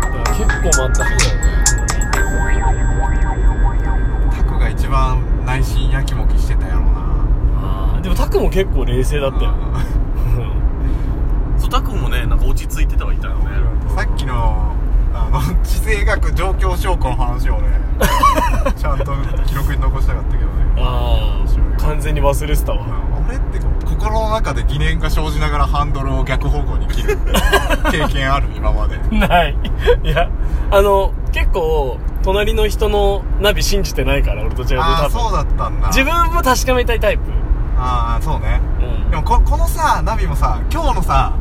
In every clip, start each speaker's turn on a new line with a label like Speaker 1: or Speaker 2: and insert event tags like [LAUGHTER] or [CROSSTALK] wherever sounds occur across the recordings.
Speaker 1: そうだよね
Speaker 2: 歩もあった
Speaker 1: タクが一番内心やきもきしてたやろうな
Speaker 2: あーでもタクも結構冷静だったよ、
Speaker 1: [LAUGHS]
Speaker 3: そうタクもねなんか落ち着いてたはいたよね
Speaker 1: うんさっきのあの地政学状況証拠の話
Speaker 2: [LAUGHS]
Speaker 1: をねちゃんと記録に残したかったけどね
Speaker 2: あ
Speaker 1: 面白い
Speaker 2: あ完全に忘れてた
Speaker 1: う
Speaker 2: わ
Speaker 1: ん俺って心の中で疑念が生じながらハンドルを逆方向に切
Speaker 2: [LAUGHS]
Speaker 1: る経験ある今まで
Speaker 2: ない [LAUGHS] いやあの結構隣の人のナビ信じてないから俺と違って
Speaker 1: ああ
Speaker 2: 多
Speaker 1: そう
Speaker 2: 分
Speaker 1: だったんだ
Speaker 2: 自分も確かめたいタイプ
Speaker 1: ああそうね
Speaker 2: うん
Speaker 1: でもここのさナビもさ今日のさ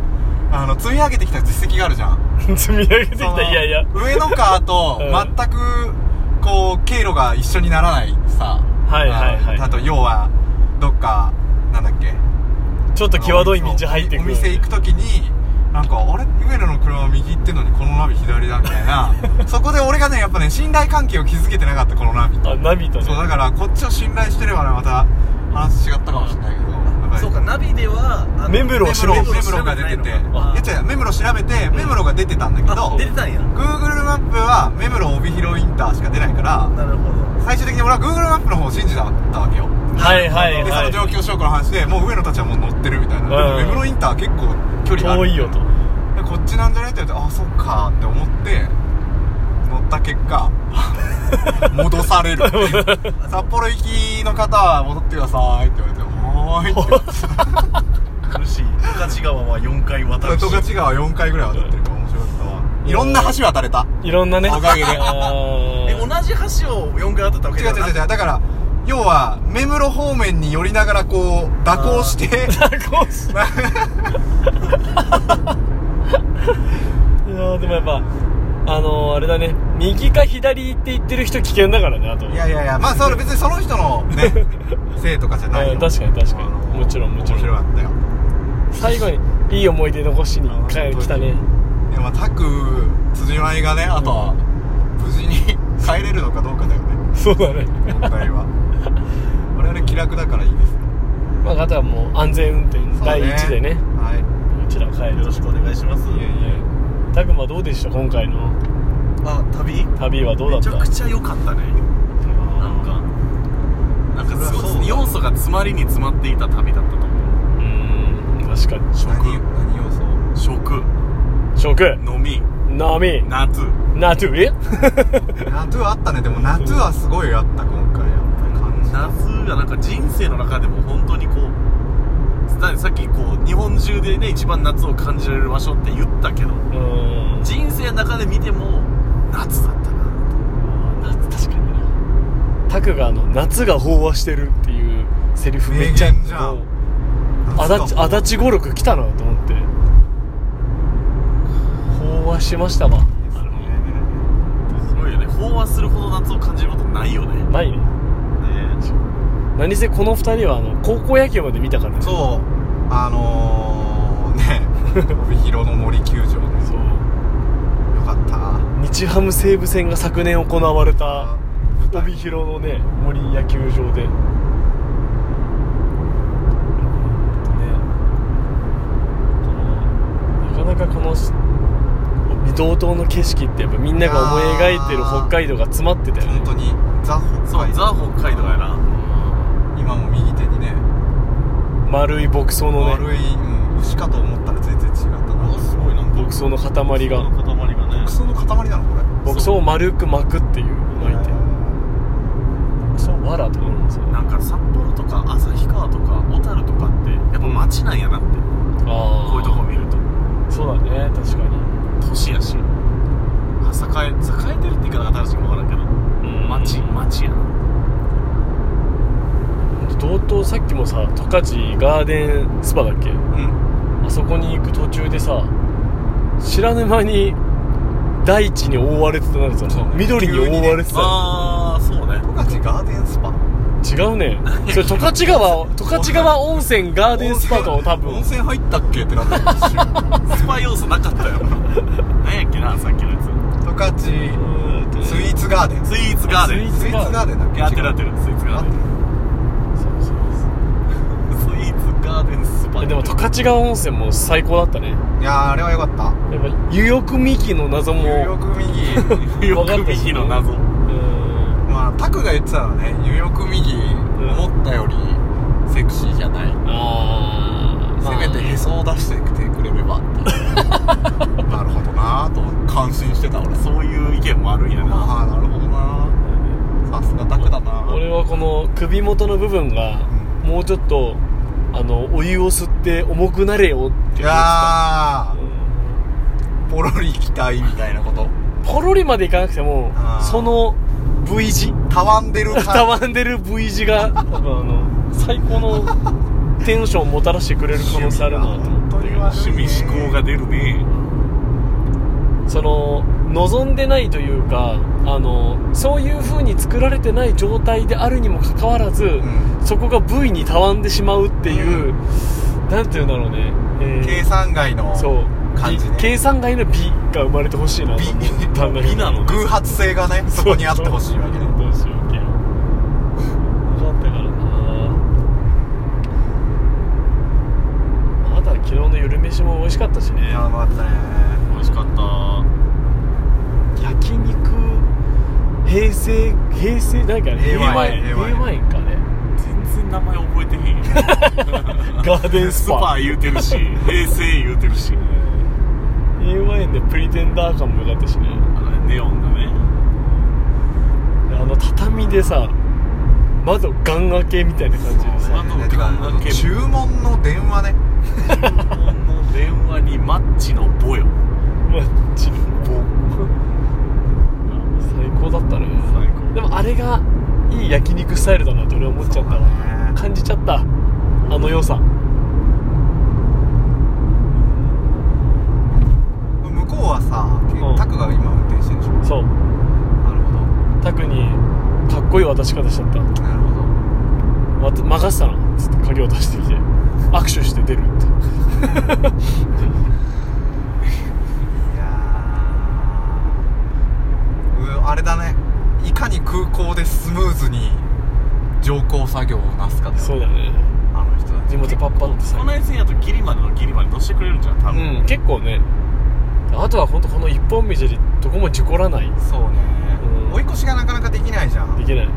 Speaker 1: あの積み上げてきた実績があるじゃん
Speaker 2: [LAUGHS] 積み上げてき
Speaker 1: その
Speaker 2: たいやいや
Speaker 1: 上のカーと
Speaker 2: [LAUGHS] うん
Speaker 1: 全くこう経路が一緒にならないさ
Speaker 2: はいはいはい
Speaker 1: あのあと要はどっかなんだっけ
Speaker 2: ちょっと際どい道入ってく
Speaker 1: お
Speaker 2: る
Speaker 1: 店行く時になんかあれ上野の車右行ってんのにこのナビ左だみたい
Speaker 2: [LAUGHS]
Speaker 1: なそこで俺がねやっぱね信頼関係を築けてなかったこのナビと
Speaker 2: あナビとね
Speaker 1: そうだからこっちを信頼してればねまた話違ったかもしれないけどやっぱり
Speaker 3: そうかナビではあの
Speaker 2: 目黒を知ろ
Speaker 1: メ
Speaker 2: う
Speaker 1: ムロメムロが出てていや
Speaker 3: あ
Speaker 1: 違うメムロ調べてメムロが出てたんだけど
Speaker 3: あ出てたんや
Speaker 1: Google マップは目黒帯広インターしか出ないから
Speaker 3: なるほど
Speaker 1: 最終的に俺は Google マップの方を信じたわけよ
Speaker 2: はいはい
Speaker 1: でそ
Speaker 2: は
Speaker 1: の
Speaker 2: い
Speaker 1: 状況証拠の話でもう上野たちはもう乗ってるみたいなで
Speaker 2: う
Speaker 1: も
Speaker 2: ん
Speaker 1: 目黒インター結構距離がある
Speaker 2: 遠いよと
Speaker 1: でこっちなんじゃないって言われてあそっかって思って乗った結
Speaker 2: [LAUGHS]
Speaker 1: 果戻される札幌行きの方は戻ってくださいって言われてはーいって言われて
Speaker 3: 苦しい十勝川は4回渡る
Speaker 1: 十勝川4回ぐらい渡ってるから面白かったわいろんな橋渡れた
Speaker 2: いろんなね
Speaker 1: おかげで
Speaker 2: [LAUGHS] あー
Speaker 3: え同じ橋を4回渡ったわけ
Speaker 1: 違う違う違う
Speaker 3: う
Speaker 1: だから要は目黒方面に寄りながらこう蛇行して
Speaker 2: こうし [LAUGHS] いやーでもやっぱあのー、あれだね右か左って言ってる人危険だからねあと
Speaker 1: いやいやいやまあそれ別にその人の
Speaker 2: [LAUGHS]
Speaker 1: ねせいとかじゃないよ
Speaker 2: うん確かに確かにもちろんもちろん
Speaker 1: 面白かったよ
Speaker 2: 最後にいい思い出残しに一回来たね
Speaker 1: でもまあタク辻舞がねあとは無事に [LAUGHS] 帰れるのかどうかだよね
Speaker 2: そうだね
Speaker 1: 問題は我々気楽だからいいですね
Speaker 2: まああとはもう安全運転第一でね
Speaker 1: は
Speaker 2: うちらは帰
Speaker 3: よろ
Speaker 2: る
Speaker 3: しくお願いします
Speaker 1: いいえいえ
Speaker 2: たくまどうでした今回の
Speaker 3: あ旅
Speaker 2: 旅はどうだ
Speaker 3: め
Speaker 2: っ
Speaker 3: ち
Speaker 2: た
Speaker 3: ゃくちゃ良かったねなんかなんかすごいですね要素が詰まりに詰まっていた旅だったと思う
Speaker 2: うーん確かに
Speaker 1: 何何要素
Speaker 3: 食
Speaker 2: 食
Speaker 3: 飲み
Speaker 2: 飲み
Speaker 3: 夏
Speaker 2: ナトゥえ
Speaker 1: ナトゥあったねでもナトゥはすごいあった今回やっぱり感じ
Speaker 3: 夏がなんか人生の中でも本当にこうださっきこう日本中でね一番夏を感じられる場所って言ったけど
Speaker 2: うーん
Speaker 3: 人生の中で見ても夏だったな
Speaker 2: 夏確かになタクがあの「夏が飽和してる」っていうセリフめっちゃ
Speaker 1: 名言じゃん
Speaker 2: こう足立足立五六来たなと思って飽和しましたわ
Speaker 3: すごいよね飽和するほど夏を感じることないよねね
Speaker 2: ないね何せこの二人はあの高校野球まで見たからね
Speaker 1: そうあのー、ね帯広の森球場でよ
Speaker 2: そう
Speaker 1: かったな
Speaker 2: 日ハム西武戦が昨年行われた
Speaker 1: 舞台
Speaker 2: 帯広のね森野球場でねこのなかなかこの微道島の景色ってやっぱみんなが思い描いてる北海道が詰まってたよね
Speaker 1: 本当にザ・北
Speaker 3: そう
Speaker 1: 海
Speaker 3: ザ
Speaker 1: 道・
Speaker 3: 北海道やな
Speaker 1: 今も右手にね
Speaker 2: 丸い牧草のね
Speaker 1: 悪い、うん、牛かと思ったら全然違ったな
Speaker 3: すごいなん
Speaker 2: 牧草の塊が
Speaker 3: の塊がね
Speaker 1: クソの塊なのこれ
Speaker 2: 牧草を丸く巻くっていう巻いて牧草わらとかなんですよね
Speaker 3: なんか札幌とか旭川とか小樽とかってやっぱ街なんやなって
Speaker 2: あ
Speaker 3: こういうとこ見ると
Speaker 2: そうだね確かに
Speaker 3: 都市やしあ栄え栄えてるって言い方が正しいか分からんけど街街やな
Speaker 2: 同等さっきもさ十勝ガーデンスパだっけ
Speaker 1: うん
Speaker 2: あそこに行く途中でさ知らぬ間に大地に覆われてたなんか
Speaker 1: そ
Speaker 2: さ
Speaker 1: う
Speaker 2: 緑に覆われてたよ
Speaker 3: ああそうね
Speaker 1: 十勝ガーデンスパ
Speaker 2: 違うねそれ十勝
Speaker 1: [LAUGHS]
Speaker 2: 川十勝川温泉ガーデンスパと多
Speaker 1: 温
Speaker 2: 分
Speaker 1: 泉入ったっけってなった一瞬
Speaker 3: スパ要素なかったよ [LAUGHS] 何やっけなさっきのやつ
Speaker 1: 十勝スイーツガーデンス
Speaker 3: スイーツガーデン
Speaker 2: ス
Speaker 1: イーツガーデンだっ
Speaker 3: い
Speaker 1: け
Speaker 3: や当てる当てるスイーツ
Speaker 1: 合
Speaker 3: ガーデン
Speaker 1: ってる
Speaker 2: そうそうそう
Speaker 3: スイーツガー100円スーパー
Speaker 2: でも十勝川温泉も最高だったね
Speaker 1: いやーあれは良かった
Speaker 2: やっぱ湯浴幹の謎も
Speaker 1: 入浴右
Speaker 3: よく右の謎
Speaker 2: うん
Speaker 1: まあタクが言ってたのね入浴右思ったよりセクシーじゃない、
Speaker 2: あーまあ
Speaker 1: せめてへそを出してきてくれればっていう [LAUGHS] なるほどなーと思って感心してた俺
Speaker 3: そういう意見もあるんやな
Speaker 1: ああなるほどなーさすがタクだなー
Speaker 2: 俺はこの首元の部分が
Speaker 1: う
Speaker 2: もうちょっとあのお湯を吸って重くなれよって
Speaker 1: い
Speaker 2: 言って
Speaker 1: や
Speaker 2: たうん
Speaker 1: ーポロリ行きたいみたいなこと
Speaker 2: ポロリまでいかなくても
Speaker 1: あー
Speaker 2: その
Speaker 1: [LAUGHS]
Speaker 2: V 字
Speaker 1: たわんでる
Speaker 2: た
Speaker 1: 感
Speaker 2: わんでる V 字
Speaker 1: [LAUGHS]
Speaker 2: があの最高のテンションをもたらしてくれる可能性あるな
Speaker 1: [LAUGHS]
Speaker 2: と思って
Speaker 1: 趣味が本当に
Speaker 3: 趣味思考が出るね
Speaker 2: その望んでないというかあのそういう風に作られてない状態であるにもかかわらず、
Speaker 1: ん
Speaker 2: そこが V にたわんでしまうっていう、なんていうんだろうね、えー
Speaker 1: 計算外の
Speaker 2: そう
Speaker 1: 感じね
Speaker 2: び計算外の美が生まれてほしいな
Speaker 3: [LAUGHS]
Speaker 2: と思ったんだけど
Speaker 3: 美なの
Speaker 1: 偶発性がねそこにあってほしいわけね
Speaker 2: どうしようけよかったからなまだ昨日の夜飯も美味しかったし
Speaker 1: い
Speaker 2: ね
Speaker 1: やうまかったね
Speaker 3: 美味しかった
Speaker 2: 焼肉平成平成何かね
Speaker 1: 平和園
Speaker 2: 平和平
Speaker 1: 平和
Speaker 2: 和園かね
Speaker 3: 全然名前覚えて
Speaker 1: [LAUGHS]
Speaker 3: へんや
Speaker 2: ガーデンス
Speaker 3: ス
Speaker 2: パ
Speaker 3: パ言うてるし平成言うてるし
Speaker 2: 平和園でプリテンダー感も良かったしね
Speaker 3: あのネオンがね
Speaker 2: あの畳でさ窓ガン開けみたいな感じで
Speaker 3: そう
Speaker 2: さ
Speaker 3: 窓
Speaker 1: てか
Speaker 3: ガン開け
Speaker 1: 注文の電話ね
Speaker 3: この電話にマッチのボよ
Speaker 2: マッチの
Speaker 3: ボ
Speaker 2: 最高だったね
Speaker 3: 最高
Speaker 2: でもあれがいい焼肉スタイルだなと俺は思っちゃった
Speaker 1: そう
Speaker 2: わ
Speaker 1: だね
Speaker 2: 感じちゃったあの良さ
Speaker 1: 向こうはさ
Speaker 2: うん
Speaker 1: タクが今運転してるでしょ
Speaker 2: そう
Speaker 1: なるほど
Speaker 2: 特にかっこいい渡し方しちゃった
Speaker 1: なるほど
Speaker 2: わた任せたなつって鍵を出してきて握手して出るって
Speaker 1: いやーうんあれだねいかに空港でスムーズに乗降作業をなすかだよ
Speaker 2: そうだね
Speaker 1: あの人たち
Speaker 2: 地元パッパって
Speaker 3: この
Speaker 2: さ
Speaker 3: やつやとギリまでのギリまでどうしてくれるんじゃん多
Speaker 2: う
Speaker 3: 分、
Speaker 2: ん結構ねあとは本当この一本道でどこも事故らない
Speaker 1: そうね
Speaker 2: うん
Speaker 1: 追い越しがなかなかできないじゃ
Speaker 2: で
Speaker 1: ん
Speaker 2: きない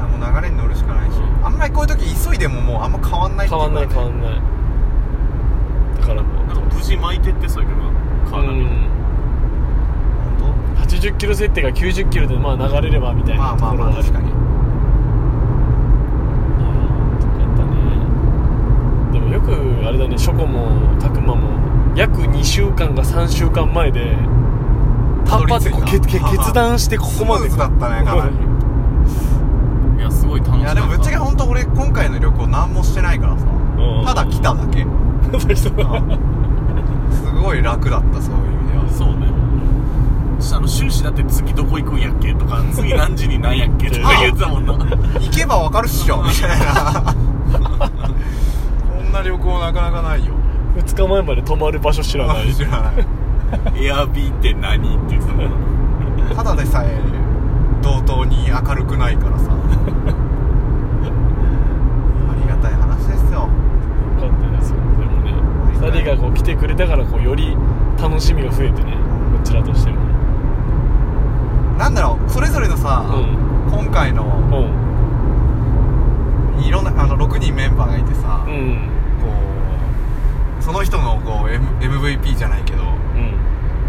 Speaker 1: あもう流れに乗るしかないしあんまりこういう時急いでももうあんま変わんないってう
Speaker 2: 変わ
Speaker 1: か
Speaker 2: んない
Speaker 1: ね
Speaker 2: 変わんないだからもう
Speaker 3: なんか無事巻いてってそうやけどなカーナビ、
Speaker 1: 本
Speaker 2: 80キロ設定が90キロでまあ流れればみた
Speaker 1: 当
Speaker 2: い
Speaker 1: ま
Speaker 2: な
Speaker 1: あ
Speaker 2: と
Speaker 1: まあ
Speaker 2: ころ
Speaker 1: ま
Speaker 2: は
Speaker 1: あ
Speaker 2: ある
Speaker 1: 確かに
Speaker 2: あーよかったねでもよくあれだねショコもタクマも約2週間か3週間前で
Speaker 1: た
Speaker 2: 単
Speaker 1: どり
Speaker 2: 発
Speaker 1: 着いた
Speaker 2: こうけけ決断してここま
Speaker 1: スム
Speaker 2: で
Speaker 1: ーズだったねかなり
Speaker 3: いやすごい楽しかっ
Speaker 1: いや
Speaker 3: た
Speaker 1: でもぶっちゃけ本当俺今回の旅行何もしてないからさ
Speaker 2: うん
Speaker 1: ただ来ただけすごい楽だったそういう意味では
Speaker 3: そうねそしたらあの終始だって次どこ行くんやっけ
Speaker 1: [LAUGHS]
Speaker 3: とか次何時に何やっけとか言ってたもんな
Speaker 1: 行けばわかるっしょみたいなこんな旅行なかなかないよ
Speaker 2: 2日前まで泊まる場所知らない
Speaker 1: 知らない
Speaker 3: エアビーって何って言ってたもん
Speaker 1: ただでさえ同等に明るくないからさありがたい話ですよ
Speaker 2: よかったですよでもね2人がこう来てくれたからこうより楽しみが増えてねこちらとしてもね
Speaker 1: なんだろうそれぞれのさ、
Speaker 2: うん
Speaker 1: 今回の
Speaker 2: うん
Speaker 1: いろんなあの6人メンバーがいてさ、
Speaker 2: う
Speaker 1: こ
Speaker 2: ん
Speaker 1: うその人のこう、M、MVP じゃないけど
Speaker 2: うん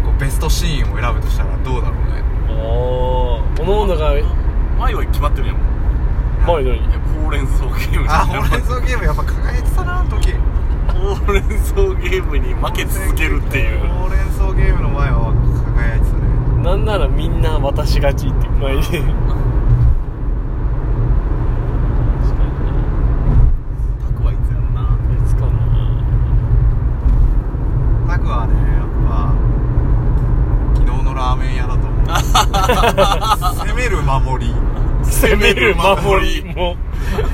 Speaker 1: こうベストシーンを選ぶとしたらどうだろうね
Speaker 2: おーおのおのが
Speaker 3: 前は決まってるやんもん
Speaker 2: 前何
Speaker 3: いやほうれん草ゲーム
Speaker 1: あほうれん草ゲームやっぱ輝いてたなあの時
Speaker 3: ほうれん草ゲームに負け続けるっていう
Speaker 1: ほうれん草ゲームの前は輝いてたね
Speaker 2: なんならみんな私がちって前に確かにな
Speaker 3: タクはいつやんな
Speaker 2: こいつかな
Speaker 1: タクはねやっぱ昨日のラーメン屋だと思う攻める守り
Speaker 2: 攻める守りも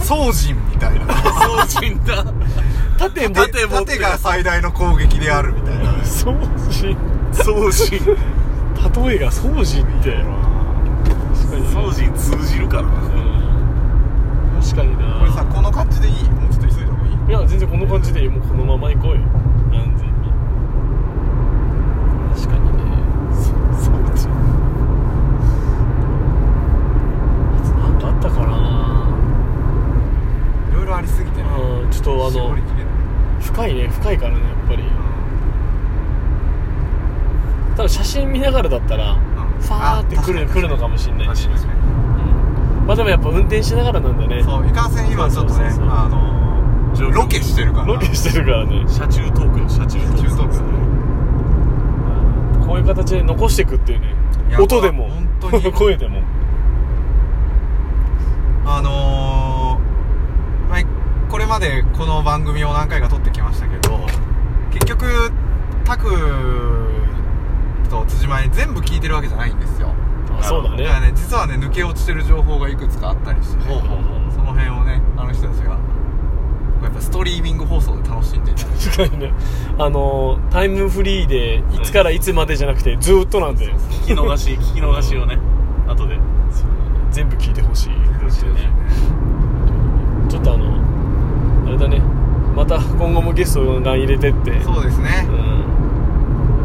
Speaker 1: 総陣みたいな [LAUGHS]
Speaker 3: そう死んだ
Speaker 2: 縦も
Speaker 1: 盾
Speaker 3: 持って
Speaker 1: 盾が最大の攻撃であるみたいな
Speaker 2: 掃除
Speaker 3: そ
Speaker 1: [LAUGHS]
Speaker 3: う死ん
Speaker 2: 例えが掃除って確かに
Speaker 3: そう死通じるからな
Speaker 2: うん確かにな
Speaker 1: これさこの感じでいいもうちょっと急いだ方がいい
Speaker 2: いや全然この感じでいいもうこのまま行こうよ完全に確かにね
Speaker 1: そうですよ
Speaker 2: あとなんかあったかない
Speaker 1: ろいろありすぎてね
Speaker 2: うんちょっとあ
Speaker 1: 絞
Speaker 2: の
Speaker 1: りきれない
Speaker 2: 深いね深いからねやっぱり多分写真見ながらだったら
Speaker 1: うん
Speaker 2: ファーって
Speaker 1: あ
Speaker 2: 来る
Speaker 1: 確に
Speaker 2: 来るのかもしれない
Speaker 1: 確かに確か
Speaker 2: うんまあでもやっぱ運転しながらなんだね
Speaker 1: にそういかんせん今ちょっと
Speaker 2: そう
Speaker 1: ね
Speaker 2: そうそうそう
Speaker 1: あのロケしてるから
Speaker 2: ロケしてるからね
Speaker 3: 車中トークよ車中トーク
Speaker 1: 中トークだね
Speaker 2: こういう形で残していくっていうね
Speaker 1: いや
Speaker 2: 音でも
Speaker 1: 本当に
Speaker 2: [LAUGHS] 声でも
Speaker 1: あのーまあ、これまでこの番組を何回か撮ってきましたけど結局タクと辻前全部聞いてるわけじゃないんですよ
Speaker 2: あそうだ
Speaker 1: だから
Speaker 2: ね
Speaker 1: ね実はね抜け落ちてる情報がいくつかあったりして、ね、
Speaker 2: ほうほうほう
Speaker 1: その辺をねあの人たちがやっぱストリーミング放送で楽しんでいただいて
Speaker 2: 確かにねあのータイムフリーでいつからいつまでじゃなくてずーっとなんで
Speaker 3: 聞き逃し聞き逃しをね後で
Speaker 2: 全部聞いてほしい
Speaker 3: しいね
Speaker 2: ちょっとあのあれだねまた今後もゲストが入れてって
Speaker 1: そうですね
Speaker 2: う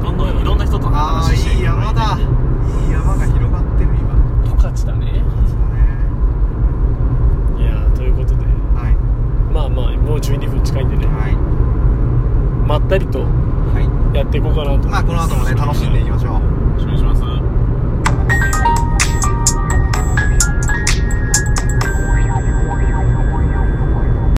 Speaker 2: ん
Speaker 3: どんどんいろんな人と
Speaker 1: ああ
Speaker 3: 話して
Speaker 1: いい山だいい山が広がってる今
Speaker 2: 十勝だね
Speaker 1: そうね
Speaker 2: いやーということで
Speaker 1: はい
Speaker 2: まあまあもう12分近いんでね
Speaker 1: はい
Speaker 2: まったりと
Speaker 1: はい
Speaker 2: やっていこうかなと思い
Speaker 1: まあこの後もね楽しんでいきましょう
Speaker 3: お願いします